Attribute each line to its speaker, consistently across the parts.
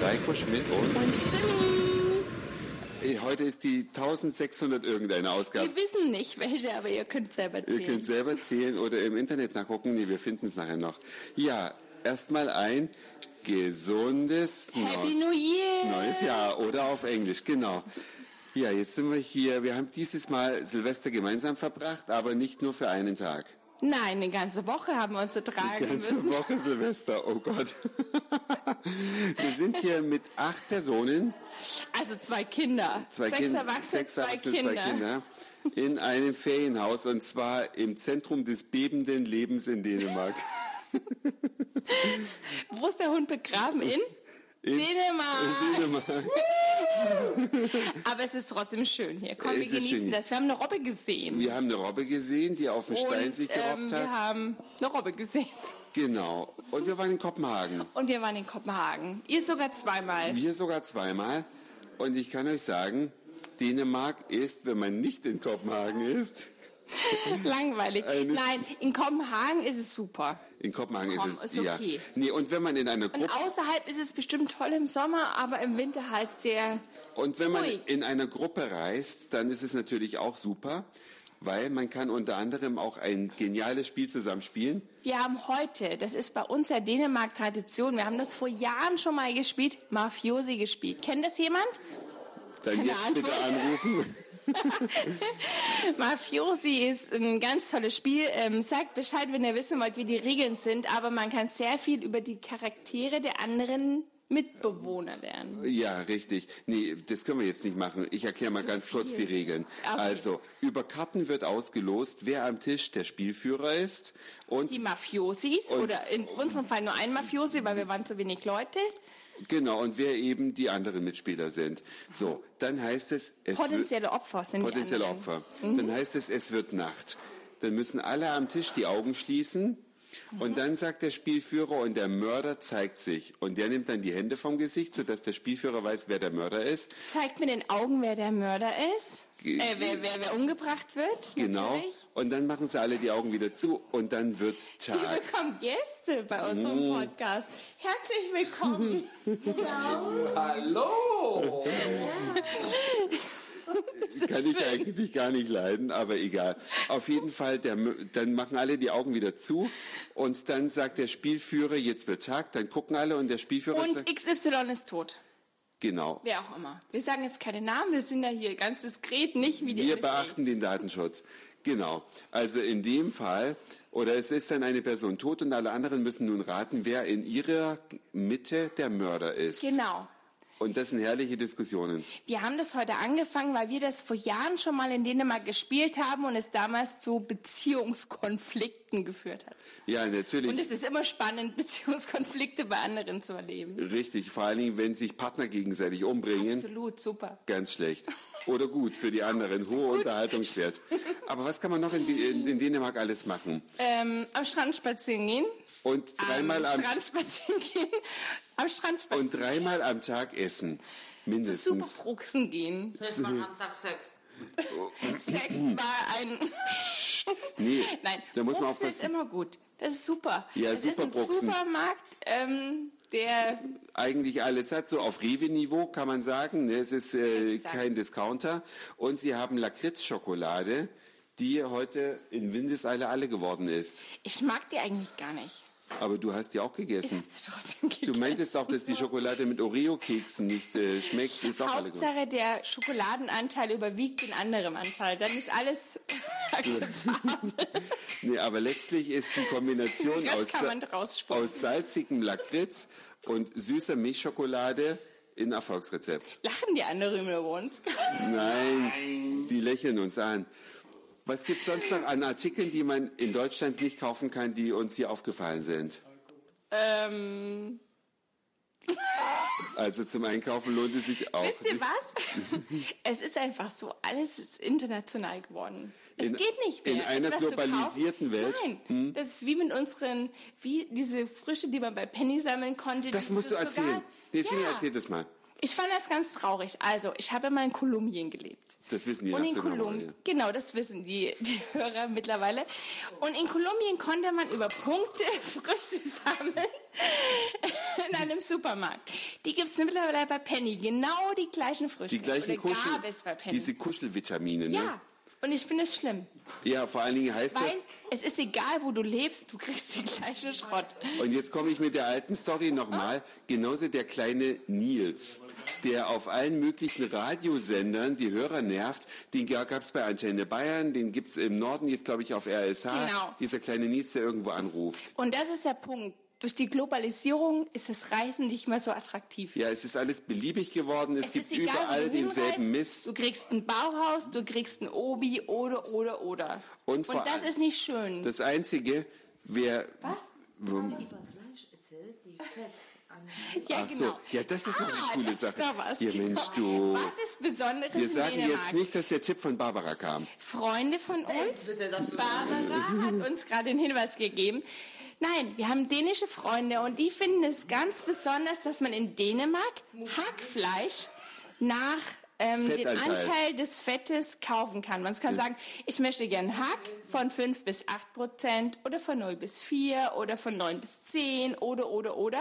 Speaker 1: Reiko Schmidt und...
Speaker 2: Und Simi.
Speaker 1: Ey, heute ist die 1600 irgendeine Ausgabe.
Speaker 2: Wir wissen nicht welche, aber ihr könnt selber zählen.
Speaker 1: Ihr könnt selber zählen oder im Internet nachgucken. Nee, wir finden es nachher noch. Ja, erstmal ein gesundes
Speaker 2: Happy
Speaker 1: Neu-
Speaker 2: New Year.
Speaker 1: neues Jahr oder auf Englisch, genau. Ja, jetzt sind wir hier. Wir haben dieses Mal Silvester gemeinsam verbracht, aber nicht nur für einen Tag.
Speaker 2: Nein, eine ganze Woche haben wir uns
Speaker 1: Die
Speaker 2: ertragen
Speaker 1: ganze
Speaker 2: müssen.
Speaker 1: Woche Silvester, oh Gott. wir sind hier mit acht Personen,
Speaker 2: Also zwei Kinder.
Speaker 1: zwei
Speaker 2: sechs
Speaker 1: Kinder,
Speaker 2: Erwachsene, zwei, Kinder.
Speaker 1: zwei Kinder, in einem Ferienhaus und zwar im Zentrum des bebenden Lebens in Dänemark.
Speaker 2: Wo ist der Hund begraben? In? Dänemark.
Speaker 1: In Dänemark.
Speaker 2: Aber es ist trotzdem schön hier. Komm, wir
Speaker 1: Es ist
Speaker 2: genießen
Speaker 1: schön.
Speaker 2: das. Wir haben eine Robbe gesehen.
Speaker 1: Wir haben eine Robbe gesehen, die auf dem Stein
Speaker 2: Und
Speaker 1: sich gerobbt
Speaker 2: ähm, wir
Speaker 1: hat.
Speaker 2: haben eine Robbe gesehen.
Speaker 1: Genau. Und wir waren in Kopenhagen.
Speaker 2: Und wir waren in Kopenhagen. Ihr sogar zweimal.
Speaker 1: Wir sogar zweimal. Und ich kann euch sagen, Dänemark ist, wenn man nicht in Kopenhagen ist,
Speaker 2: Langweilig.
Speaker 1: Eine-
Speaker 2: Nein, in Kopenhagen ist es super.
Speaker 1: in Kopenhagen
Speaker 2: Komm,
Speaker 1: ist es
Speaker 2: ist okay.
Speaker 1: ja. Nee, und wenn man in einer
Speaker 2: Und
Speaker 1: Gruppe
Speaker 2: außerhalb ist es bestimmt toll im Sommer, aber im Winter halt sehr.
Speaker 1: und wenn man
Speaker 2: ruhig.
Speaker 1: in einer Gruppe reist, dann ist es natürlich auch super, weil man kann unter anderem auch ein geniales Spiel zusammen spielen.
Speaker 2: Wir haben heute, das ist bei uns ja Dänemark-Tradition, wir haben das vor Jahren schon mal gespielt, Mafiosi gespielt. Kennt das jemand?
Speaker 1: Dann
Speaker 2: Keine
Speaker 1: jetzt bitte
Speaker 2: Antwort.
Speaker 1: anrufen.
Speaker 2: Mafiosi ist ein ganz tolles Spiel. Ähm, sagt Bescheid, wenn ihr wissen wollt, wie die Regeln sind, aber man kann sehr viel über die Charaktere der anderen Mitbewohner lernen.
Speaker 1: Ja, richtig. Nee, das können wir jetzt nicht machen. Ich erkläre mal ganz kurz die Regeln.
Speaker 2: Okay.
Speaker 1: Also, über Karten wird ausgelost, wer am Tisch der Spielführer ist und
Speaker 2: Die Mafiosis, oder in unserem Fall nur ein Mafiosi, weil wir waren zu wenig Leute.
Speaker 1: Genau, und wer eben die anderen Mitspieler sind. So, dann heißt es, es wird
Speaker 2: Potenzielle Opfer sind
Speaker 1: potenzielle
Speaker 2: die anderen.
Speaker 1: Opfer. Dann
Speaker 2: Mhm.
Speaker 1: heißt es, es wird Nacht. Dann müssen alle am Tisch die Augen schließen.
Speaker 2: Mhm.
Speaker 1: Und dann sagt der Spielführer und der Mörder zeigt sich. Und der nimmt dann die Hände vom Gesicht, sodass der Spielführer weiß, wer der Mörder ist.
Speaker 2: Zeigt mir den Augen, wer der Mörder ist.
Speaker 1: Ge-
Speaker 2: Äh, wer, wer, wer umgebracht wird.
Speaker 1: Genau.
Speaker 2: Natürlich.
Speaker 1: Und dann machen sie alle die Augen wieder zu und dann wird
Speaker 2: Wir
Speaker 1: Tag. Oh.
Speaker 2: bekommen Gäste bei unserem Podcast. Herzlich willkommen.
Speaker 1: Genau.
Speaker 3: Hallo!
Speaker 1: Kann ich eigentlich gar nicht leiden, aber egal. Auf jeden Fall, der, M- dann machen alle die Augen wieder zu und dann sagt der Spielführer, jetzt wird Tag, dann gucken alle und der Spielführer
Speaker 2: Und
Speaker 1: sagt,
Speaker 2: XY ist tot.
Speaker 1: genau,
Speaker 2: Wer auch immer. Wir sagen jetzt keine Namen, wir sind ja hier ganz diskret, nicht wie die
Speaker 1: wir
Speaker 2: NSA.
Speaker 1: beachten den Datenschutz. Genau, also in dem Fall, oder es ist dann eine Person tot und alle anderen müssen nun raten, wer in ihrer Mitte der Mörder ist.
Speaker 2: Genau.
Speaker 1: Und das sind herrliche Diskussionen.
Speaker 2: Wir haben das heute angefangen, weil wir das vor Jahren schon mal in Dänemark gespielt haben und es damals zu Beziehungskonflikten geführt hat.
Speaker 1: Ja, natürlich.
Speaker 2: Und es ist immer spannend, Beziehungskonflikte bei anderen zu erleben.
Speaker 1: Richtig, vor allen Dingen, wenn sich Partner gegenseitig umbringen.
Speaker 2: Absolut, super.
Speaker 1: Ganz schlecht. Oder gut, für die anderen. Hoher Unterhaltungswert. Aber was kann man noch in, die, in, in Dänemark alles machen?
Speaker 2: Ähm, am Strand spazieren gehen.
Speaker 1: Und dreimal am,
Speaker 2: Strand spazieren gehen. Am Strand spazieren.
Speaker 1: und dreimal am Tag essen.
Speaker 2: zu
Speaker 1: Mindestens.
Speaker 2: Superfruxen gehen.
Speaker 3: Mal am Tag Sex.
Speaker 2: Sex war ein.
Speaker 1: Nee,
Speaker 2: Nein,
Speaker 1: Mhm. da muss man
Speaker 2: Bruxen ist
Speaker 1: aufpassen.
Speaker 2: immer gut. Das ist super.
Speaker 1: Ja,
Speaker 2: das
Speaker 1: super
Speaker 2: ist ein
Speaker 1: Bruxen.
Speaker 2: Supermarkt, ähm, der
Speaker 1: Eigentlich alles hat so auf Rewe-Niveau kann man sagen. ne, Es ist äh,
Speaker 2: Exakt.
Speaker 1: kein Discounter. Und sie haben Lakritz-Schokolade, die heute in Windeseile alle geworden ist.
Speaker 2: ich mag die eigentlich gar nicht.
Speaker 1: Aber du hast die auch
Speaker 2: Ich
Speaker 1: gegessen.
Speaker 2: hab sie trotzdem
Speaker 1: Hm. Du
Speaker 2: gegessen.
Speaker 1: meintest auch, dass die Schokolade mit Oreo-Keksen nicht äh, schmeckt. Ist auch alle geworden.
Speaker 2: Hauptsache der Schokoladenanteil überwiegt den anderen Anteil, dann ist alles akzeptabel.
Speaker 1: Nee, aber letztlich ist die Kombination
Speaker 2: Das
Speaker 1: aus,
Speaker 2: kann man draus spucken.
Speaker 1: aus salzigem Lakritz und süßer Milchschokolade ein Erfolgsrezept.
Speaker 2: Lachen die anderen über uns?
Speaker 1: Nein, die lächeln uns an. Was gibt sonst noch an Artikeln, die man in Deutschland nicht kaufen kann, die uns hier aufgefallen sind?
Speaker 2: ähm,
Speaker 1: Also zum Einkaufen lohnt es sich auch.
Speaker 2: Wisst ihr was? es ist einfach so, alles ist international geworden. Es
Speaker 1: In-
Speaker 2: geht nicht mehr.
Speaker 1: in einer
Speaker 2: etwas zu
Speaker 1: globalisierten
Speaker 2: kaufen.
Speaker 1: Welt. Hm?
Speaker 2: Nein, das ist wie mit unseren, wie diese Frische, die man bei Penny sammeln konnte.
Speaker 1: Das
Speaker 2: dieses
Speaker 1: musst du
Speaker 2: Regal.
Speaker 1: erzählen. Deswegen
Speaker 2: ja.
Speaker 1: erzähl das mal.
Speaker 2: Ich fand das ganz traurig. Also, ich habe mal in Kolumbien gelebt.
Speaker 1: Das wissen die
Speaker 2: Und in
Speaker 1: Nationalen,
Speaker 2: Kolumbien, genau, das wissen die, die Hörer mittlerweile. Und in Kolumbien konnte man über Punkte Früchte sammeln in einem Supermarkt. Die gibt es mittlerweile bei Penny. Genau die gleichen Früchte.
Speaker 1: Die gleichen
Speaker 2: Oder
Speaker 1: Kuschel,
Speaker 2: gab es bei Penny.
Speaker 1: diese Kuschelvitamine, ne?
Speaker 2: ja, und ich finde es schlimm.
Speaker 1: Ja, vor allen Dingen heißt
Speaker 2: Weil es ist egal, wo du lebst, du kriegst den gleichen Schrott.
Speaker 1: das, und jetzt komme ich mit der alten Story nochmal, genauso der kleine Nils, der auf allen möglichen Radiosendern die Hörer nervt, den gab es bei Antenne Bayern, den gibt es im Norden, jetzt glaube ich auf RSH,
Speaker 2: Genau.
Speaker 1: dieser kleine Nils, der irgendwo anruft.
Speaker 2: Und das ist der Punkt. Durch die Globalisierung ist das Reisen nicht mehr so attraktiv.
Speaker 1: Ja, es ist alles beliebig geworden, es, gibt überall
Speaker 2: wo du
Speaker 1: denselben
Speaker 2: hinreist,
Speaker 1: Mist.
Speaker 2: Du kriegst ein Bauhaus, du kriegst ein Obi oder oder oder.
Speaker 1: Und vor
Speaker 2: das
Speaker 1: allem-
Speaker 2: ist nicht schön.
Speaker 1: Das Einzige, wer...
Speaker 3: Haben die über Fleisch erzählt, die Fett an.
Speaker 2: ja,
Speaker 1: Ach so.
Speaker 2: genau.
Speaker 1: Ja, das ist noch eine
Speaker 2: Ah,
Speaker 1: coole
Speaker 2: das ist
Speaker 1: Sache.
Speaker 2: doch was.
Speaker 1: Ja, Mensch,
Speaker 2: Genau.
Speaker 1: du.
Speaker 2: Was ist Besonderes
Speaker 1: Wir
Speaker 2: in
Speaker 1: sagen jetzt
Speaker 2: Dänemark?
Speaker 1: nicht, Äh, dass der Chip von Barbara kam.
Speaker 2: Freunde von uns,
Speaker 3: bitte, das so-
Speaker 2: Barbara hat uns gerade den Hinweis gegeben. Nein, wir haben dänische Freunde und die finden es ganz besonders, dass man in Dänemark Hackfleisch nach ähm, den
Speaker 1: Fettanteil.
Speaker 2: Anteil des Fettes kaufen kann. Man kann sagen, ich möchte gern Hack von 5 bis 8 Prozent oder von 0 bis 4 oder von 9 bis 10 oder, oder, oder.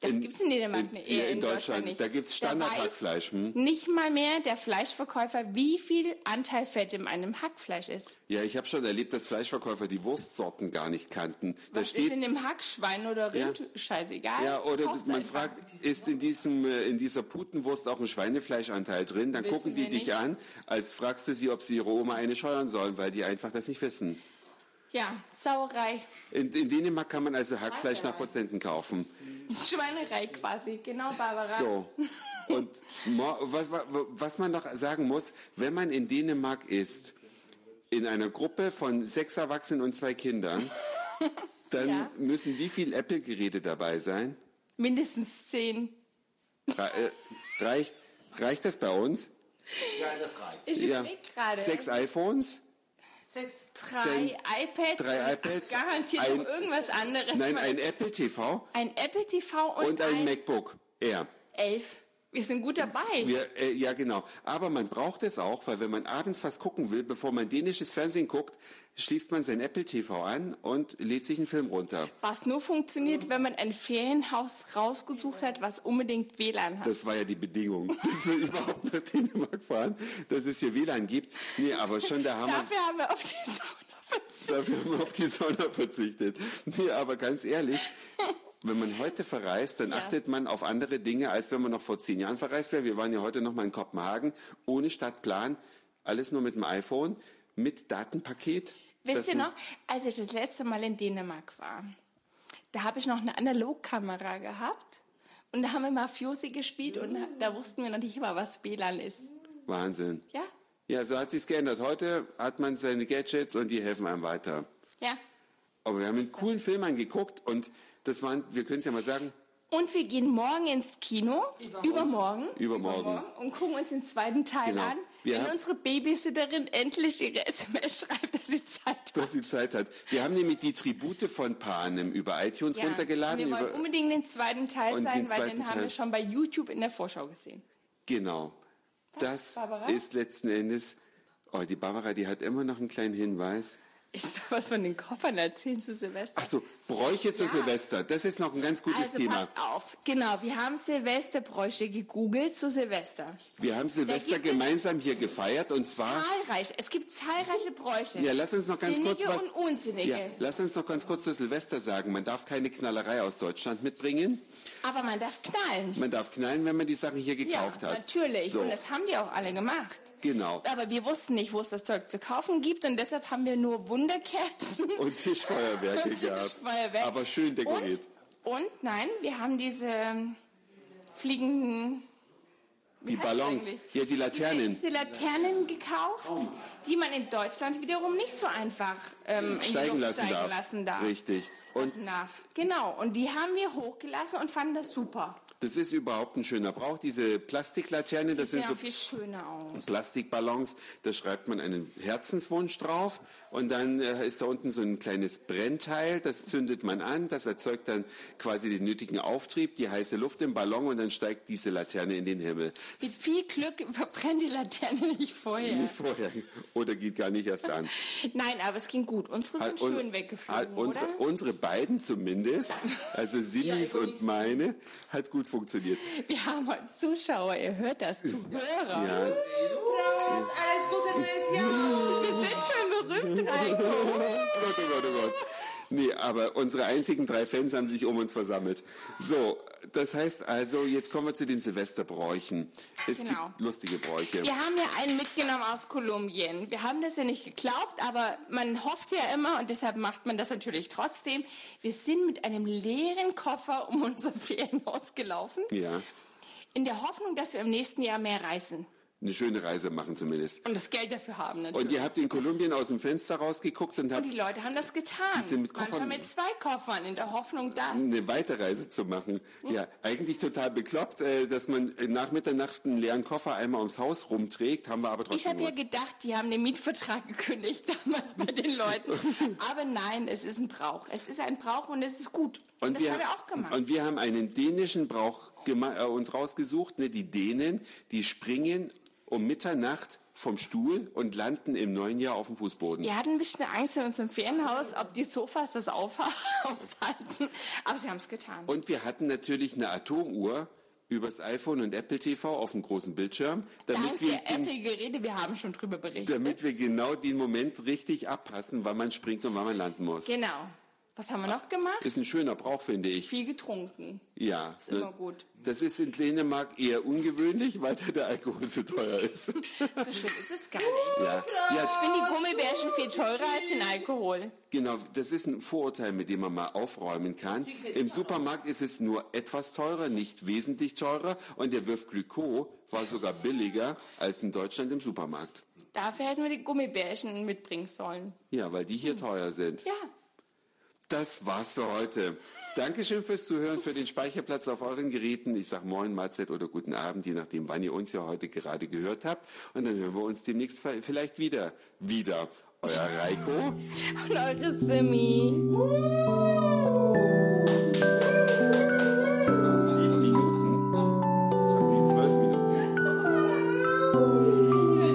Speaker 2: Das
Speaker 1: In-
Speaker 2: gibt es in Dänemark
Speaker 1: in-
Speaker 2: nicht.
Speaker 1: ja,
Speaker 2: äh,
Speaker 1: in Deutschland.
Speaker 2: nicht.
Speaker 1: Da gibt's
Speaker 2: Der
Speaker 1: Standardhackfleisch, hm?
Speaker 2: weiß Nicht mal mehr der Fleischverkäufer, wie viel Anteil Fett in einem Hackfleisch ist.
Speaker 1: Ja, ich habe schon erlebt, dass Fleischverkäufer die Wurstsorten gar nicht kannten. Da
Speaker 2: Was ist
Speaker 1: steht
Speaker 2: in dem Hackschwein oder Rind? Scheißegal.
Speaker 1: ja, oder
Speaker 2: Kauf's
Speaker 1: das- man
Speaker 2: einfach.
Speaker 1: fragt, ist in, diesem, äh, in dieser Putenwurst auch ein Schweinefleischanteil drin? Dann
Speaker 2: Wissen
Speaker 1: gucken die
Speaker 2: wir
Speaker 1: dich
Speaker 2: nicht.
Speaker 1: an, als fragst du sie, ob sie ihre Oma eine scheuern sollen, weil die einfach das nicht wissen.
Speaker 2: Ja, Sauerei.
Speaker 1: In, in Dänemark kann man also Hackfleisch nach Prozenten kaufen.
Speaker 2: Schweinerei quasi. Genau, Barbara.
Speaker 1: So. Und mo- was, wa- was man noch sagen muss, wenn man in Dänemark ist, in einer Gruppe von sechs Erwachsenen und zwei Kindern, dann
Speaker 2: Ja.
Speaker 1: müssen wie viel Apple-Geräte dabei sein?
Speaker 2: Mindestens zehn.
Speaker 1: Re äh, reicht, reicht das bei uns?
Speaker 4: Ja, das reicht.
Speaker 2: Ich
Speaker 1: Ja.
Speaker 2: überlege gerade.
Speaker 1: Sechs iPhones?
Speaker 3: Sex.
Speaker 2: Drei iPads.
Speaker 1: drei
Speaker 2: und
Speaker 1: iPads,
Speaker 2: Garantiert
Speaker 1: ein-
Speaker 2: noch irgendwas anderes.
Speaker 1: Nein, ein Apple TV
Speaker 2: Ein Apple TV und,
Speaker 1: und ein MacBook Air.
Speaker 2: Elf. Wir sind gut dabei.
Speaker 1: Ja, äh, ja, genau. Aber man braucht es auch, weil wenn man abends was gucken will, bevor man dänisches Fernsehen guckt, schließt man sein Apple TV an und lädt sich einen Film runter.
Speaker 2: Was nur funktioniert, wenn man ein Ferienhaus rausgesucht hat, was unbedingt WLAN hat.
Speaker 1: Das war ja die Bedingung, dass wir überhaupt nach Dänemark fahren, dass es hier WLAN gibt. Nee, aber schon der Hammer.
Speaker 2: Dafür haben wir auf die Sauna verzichtet.
Speaker 1: Dafür haben wir auf die Sauna verzichtet. Nee, aber ganz ehrlich, wenn man heute verreist, dann achtet man auf andere Dinge, als wenn man noch vor zehn Jahren verreist wäre. Wir waren ja heute nochmal in Kopenhagen, ohne Stadtplan, alles nur mit dem iPhone, mit Datenpaket.
Speaker 2: Wisst
Speaker 1: Das-
Speaker 2: ihr noch, als ich das letzte Mal in Dänemark war, da habe ich noch eine Analogkamera gehabt und da haben wir Mafiosi gespielt und da wussten wir noch nicht mal, was WLAN ist.
Speaker 1: Wahnsinn.
Speaker 2: Ja?
Speaker 1: Ja, so hat sich's geändert. Heute hat man seine Gadgets und die helfen einem weiter.
Speaker 2: Ja.
Speaker 1: Aber wir haben einen coolen Film angeguckt und das waren, wir können es ja mal sagen,
Speaker 2: Und wir gehen morgen ins Kino, übermorgen,
Speaker 1: Übermorgen.
Speaker 2: und gucken uns den zweiten Teil
Speaker 1: Genau.
Speaker 2: an,
Speaker 1: Wir
Speaker 2: wenn
Speaker 1: haben-
Speaker 2: unsere Babysitterin endlich ihre SMS schreibt, dass sie Zeit hat.
Speaker 1: dass sie Zeit hat. Wir haben nämlich die Tribute von Panem über iTunes
Speaker 2: Ja,
Speaker 1: runtergeladen.
Speaker 2: und wir wollen
Speaker 1: Über,
Speaker 2: unbedingt den zweiten Teil
Speaker 1: Und
Speaker 2: sein,
Speaker 1: den
Speaker 2: weil
Speaker 1: zweiten
Speaker 2: den haben
Speaker 1: Teil.
Speaker 2: wir schon bei YouTube in der Vorschau gesehen.
Speaker 1: genau. Das
Speaker 2: Barbara?
Speaker 1: ist letzten Endes. Oh, die Barbara, die hat immer noch einen kleinen Hinweis.
Speaker 2: Ist da was von den Koffern erzählen zu Silvester?
Speaker 1: Achso, Bräuche zu Silvester. Das ist noch ein ganz gutes
Speaker 2: Also
Speaker 1: Thema.
Speaker 2: passt auf. Genau, wir haben Silvesterbräuche gegoogelt zu Silvester.
Speaker 1: Wir haben Silvester
Speaker 2: gibt es
Speaker 1: gemeinsam hier gefeiert und zwar.
Speaker 2: Zahlreich. Es gibt zahlreiche Bräuche.
Speaker 1: Ja, lass uns noch ganz
Speaker 2: Sinnige
Speaker 1: kurz was.
Speaker 2: und unsinnige.
Speaker 1: Ja, lass uns noch ganz kurz zu Silvester sagen. Man darf keine Knallerei aus Deutschland mitbringen.
Speaker 2: Aber man darf knallen.
Speaker 1: Man darf knallen, wenn man die Sachen hier
Speaker 2: Ja,
Speaker 1: gekauft hat.
Speaker 2: natürlich.
Speaker 1: So,
Speaker 2: Und das haben die auch alle gemacht.
Speaker 1: genau.
Speaker 2: Aber wir wussten nicht, wo es das Zeug zu kaufen gibt und deshalb haben wir nur Wunderkerzen
Speaker 1: Und Tischfeuerwerke
Speaker 2: und
Speaker 1: gehabt.
Speaker 2: Tischfeuerwerk.
Speaker 1: Aber schön dekoriert.
Speaker 2: Und, und nein, wir haben diese ähm, fliegenden
Speaker 1: die
Speaker 2: heißt das
Speaker 1: Ballons,
Speaker 2: eigentlich?
Speaker 1: ja, die Laternen.
Speaker 2: diese Laternen
Speaker 1: Oh.
Speaker 2: gekauft, die man in Deutschland wiederum nicht so einfach ähm, in die
Speaker 1: Steigen
Speaker 2: Luft
Speaker 1: lassen
Speaker 2: steigen
Speaker 1: darf.
Speaker 2: lassen darf.
Speaker 1: Richtig. Und
Speaker 2: Lassen darf. Genau, und die haben wir hochgelassen und fanden das super.
Speaker 1: das ist überhaupt ein schöner Brauch. Diese Plastiklaternen, das sind
Speaker 2: Sieht ja
Speaker 1: so
Speaker 2: viel schöner aus.
Speaker 1: Plastikballons, da schreibt man einen Herzenswunsch drauf Und dann äh, ist da unten so ein kleines Brennteil, das zündet man an, das erzeugt dann quasi den nötigen Auftrieb, die heiße Luft im Ballon und dann steigt diese Laterne in den Himmel.
Speaker 2: Mit viel Glück verbrennt die Laterne nicht vorher.
Speaker 1: Nicht vorher oder geht gar nicht erst an.
Speaker 2: Nein, aber es ging gut. Unsere sind
Speaker 1: Un-
Speaker 2: schön
Speaker 1: hat
Speaker 2: weggeflogen,
Speaker 1: unsere,
Speaker 2: oder?
Speaker 1: unsere beiden zumindest, also Simis
Speaker 3: Ja,
Speaker 1: und meine, hat gut funktioniert.
Speaker 2: Wir haben heute Zuschauer, ihr hört das, Zuhörer.
Speaker 1: Ja,
Speaker 4: Prost, alles Gute neues Jahr.
Speaker 2: Wir sind schon berühmt, Heiko.
Speaker 1: Oh Gott, oh Gott, oh Gott. Nee, aber unsere einzigen drei Fans haben sich um uns versammelt. So, das heißt also, jetzt kommen wir zu den Silvesterbräuchen. Es
Speaker 2: Genau.
Speaker 1: gibt lustige Bräuche.
Speaker 2: Wir haben ja einen mitgenommen aus Kolumbien. Wir haben das ja nicht geglaubt, aber man hofft ja immer und deshalb macht man das natürlich trotzdem. Wir sind mit einem leeren Koffer um unser Ferienhaus gelaufen,
Speaker 1: Ja,
Speaker 2: in der Hoffnung, dass wir im nächsten Jahr mehr reisen
Speaker 1: eine schöne Reise machen zumindest.
Speaker 2: und das Geld dafür haben natürlich.
Speaker 1: Und ihr habt in Kolumbien aus dem Fenster rausgeguckt und
Speaker 2: Und
Speaker 1: habt
Speaker 2: die Leute haben das getan.
Speaker 1: sind mit Koffern- Hm,
Speaker 2: Manchmal mit zwei Koffern in der Hoffnung, dass.
Speaker 1: eine Weiterreise zu machen. Ja, eigentlich total bekloppt, äh, dass man nach Mitternacht einen leeren Koffer einmal ums Haus rumträgt, haben wir aber
Speaker 2: Ich
Speaker 1: trotzdem
Speaker 2: habe ja
Speaker 1: gemacht.
Speaker 2: gedacht, die haben den Mietvertrag gekündigt damals bei den Leuten. Aber nein, es ist ein Brauch. Es ist ein Brauch und es ist gut. Und, das haben wir auch gemacht.
Speaker 1: Und wir haben einen dänischen Brauch gema- äh, uns rausgesucht, ne? die Dänen, die springen um Mitternacht vom Stuhl und landen im neuen Jahr auf dem Fußboden.
Speaker 2: Wir hatten ein bisschen Angst in unserem Ferienhaus, ob die Sofas das aufha- aufhalten. Aber sie haben es getan.
Speaker 1: Und wir hatten natürlich eine Atomuhr übers iPhone und Apple TV auf dem großen Bildschirm,
Speaker 2: da
Speaker 1: damit
Speaker 2: haben
Speaker 1: wir,
Speaker 2: wir etliche Rede, wir haben schon drüber berichtet.
Speaker 1: damit wir genau den Moment richtig abpassen, wann man springt und wann man landen muss.
Speaker 2: Genau. Was haben wir noch gemacht?
Speaker 1: Ist ein schöner Brauch, finde ich.
Speaker 2: Viel getrunken.
Speaker 1: Ja. ne?
Speaker 2: Ist immer gut.
Speaker 1: Das ist in Dänemark eher ungewöhnlich, weil da der Alkohol so teuer ist.
Speaker 2: So schlimm ist es gar nicht.
Speaker 1: ja.
Speaker 2: Ich
Speaker 1: ja,
Speaker 2: finde die Gummibärchen viel teurer als den Alkohol.
Speaker 1: genau. Das ist ein Vorurteil, mit dem man mal aufräumen kann. Im Supermarkt ist es nur etwas teurer, nicht wesentlich teurer. Und der Würf Glyko war sogar billiger als in Deutschland im Supermarkt.
Speaker 2: Dafür hätten wir die Gummibärchen mitbringen sollen.
Speaker 1: Ja, weil die
Speaker 2: Hm.
Speaker 1: hier teuer sind.
Speaker 2: Ja.
Speaker 1: Das war's für heute. Dankeschön fürs Zuhören, für den Speicherplatz auf euren Geräten. Ich sag Moin, Mahlzeit oder guten Abend, je nachdem, wann ihr uns ja heute gerade gehört habt. Und dann hören wir uns demnächst vielleicht wieder. Wieder. Euer Reiko.
Speaker 2: Und eure Simi.
Speaker 1: Sieben Minuten. Ach, nee, zwölf Minuten.
Speaker 4: Alles Gute Weihnachten.